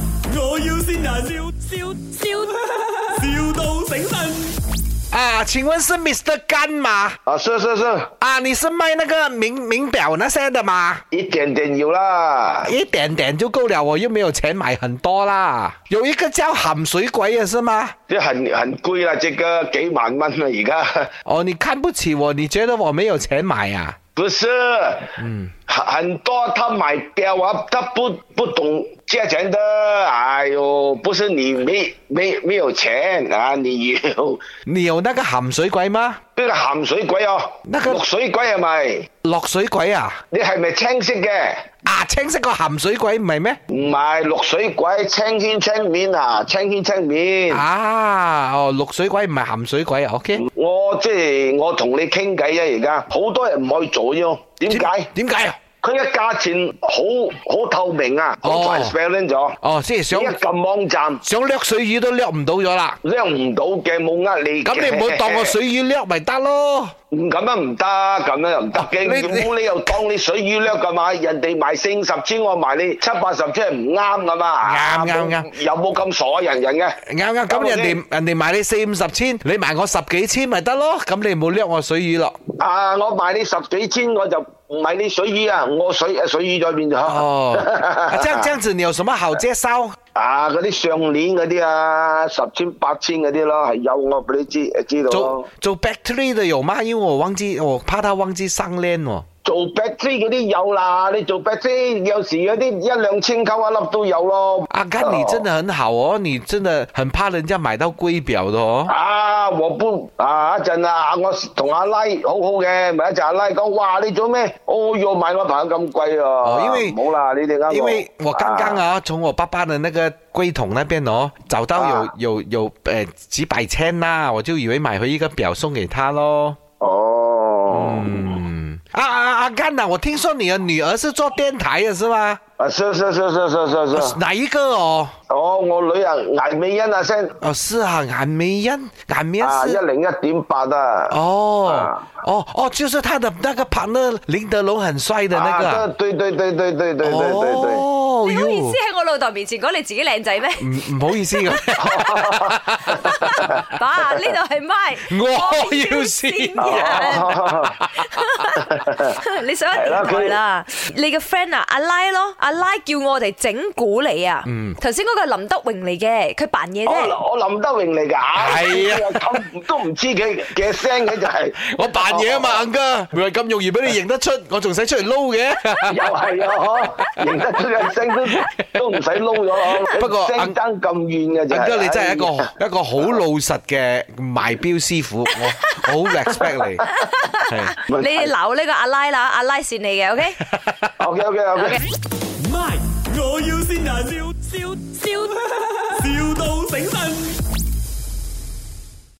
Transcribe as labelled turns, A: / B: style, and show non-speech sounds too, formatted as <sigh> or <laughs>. A: 要先人，笑笑笑，, <laughs> 笑到醒神。
B: 啊，请问是 Mr. 干吗？
C: 啊，是是是，
B: 啊，你是卖那个名名表那些的吗？
C: 一点点有啦。
B: 一点点就够了，我又没有钱买很多啦。有一个叫含水鬼的是吗？
C: 这很很贵啦，这个几万蚊啦，而家 <laughs>
B: 哦，你看不起我，你觉得我没有钱买啊呀、
C: 不是，嗯，很多他买表啊，他不不懂价钱的，哎呦，不是你没没没有钱啊，你 <laughs> 有
B: 你有那个含水鬼吗？
C: 呢个鹹水鬼哦，
B: 那個
C: 綠水鬼係咪？
B: 落水鬼啊？
C: 你係咪青色嘅？
B: 啊，青色个含水鬼唔系咩？
C: 唔係綠水鬼，青天青面啊，青天青面。
B: 啊，哦，落水鬼唔系含水鬼啊，OK？
C: 我即係我同你傾偈啊，而家好多人唔可以做呢種，點解？
B: 点解啊？
C: 佢嘅價錢好好透明啊，好
B: 哦
C: transparent 咗。
B: 哦，即系
C: 你
B: 想
C: 一撳網站，
B: 想掠水鱼都掠唔到咗啦。
C: 叻唔到嘅，冇呃你嘅。
B: 咁你唔好当我水鱼掠咪得咯？
C: 唔 <laughs> 咁樣唔得，咁樣又唔得
B: 你
C: 嘅。
B: 你
C: 冇理由當你水魚叻㗎嘛，人哋賣四五十千，我賣你七八十千係唔啱㗎嘛。
B: 啱啱啱
C: 啱，有冇咁傻人人嘅？
B: 啱啱咁
C: 搞
B: 人
C: 我
B: 哋人哋買你四五十千，你買我十幾千咪得咯，咁你唔好掠我水魚咯。
C: 啊，我賣你十幾千，我就唔賣你水魚啊，我水水魚再變咗。 <laughs>
B: 哦，啊這樣這樣子你有什麼好介紹？
C: 啊，嗰啲上年嗰啲啊，十千八千嗰啲咯，係有我俾你知知道咯
B: 做。做 battery 的有嗎？因為我忘記，我怕他忘記上鏈喎。
C: 做 battery 嗰啲有啦，你做 battery 有時嗰啲一兩千溝一粒都有咯。
B: 阿甘，你真的很好哦，你真的很怕人家買到龜表的哦。
C: 啊，我搬啊一陣啊，我同阿拉好好嘅，咪一陣阿拉講，哇你做咩？哦哟，買我朋友咁貴
B: 哦
C: 啊！
B: 因為
C: 冇啦，你哋啱我。
B: 因為我剛剛
C: 啊，
B: 啊，從我爸爸的那個櫃桶那邊哦，找到
C: 啊
B: 有有有呃幾百千啦、我就以為買回一個表送給他咯。
C: 哦。
B: 嗯，啊啊阿甘呐、我听说你的女儿是做电台的是吗？
C: 啊，是是是是是是是，
B: 哪一个哦？
C: 哦，我女啊，顏美欣啊聲
B: 哦，是啊，俺梅恩，俺梅
C: 啊，
B: 恩
C: 一
B: 是。
C: 零一點八啊，
B: 哦
C: 啊
B: 哦哦，就是他的那个 partner 林德龙很帅的那个
C: 啊
B: 啊。
C: 對對對對對對對對對，
B: 哦
D: 你好意思
B: 哟，嗯
D: 喺我老豆面前講你自己靚仔咩？
B: 唔唔好
C: <laughs>
B: 意思咁，
D: <laughs> 爸，呢度係咪？
B: 我要線
C: 啊
D: 人，
C: 哦
D: <laughs> 你上一電台
C: 係
D: 啦。你嘅 friend 啊，阿拉咯，阿拉叫我哋整蠱你啊。
B: 嗯
D: 頭先嗰個林德榮嚟嘅，佢扮嘢啫。
C: 我我林德榮嚟㗎，
B: 係啊
C: 咁都唔知佢嘅聲嘅就係，
B: 我扮嘢啊
C: 哦
B: 嘛，阿哥，唔係咁容易俾你認得出，我仲使出嚟撈
C: <laughs>
B: 嘅。
C: 又係啊，嗬，認得出嘅聲都都唔使撈咗，
B: 不過
C: 聲爭咁遠嘅就
B: 阿哥，你真係一
C: 哎呀
B: 個一個好老實嘅賣表師傅，
C: <laughs>
B: 我我好 respect 你。係
D: 你哋鬧呢個阿拉啦，阿拉線你嘅，OK？
C: ，OK OK OK。
A: <laughs> My，我要先人，笑笑笑，,笑到醒神。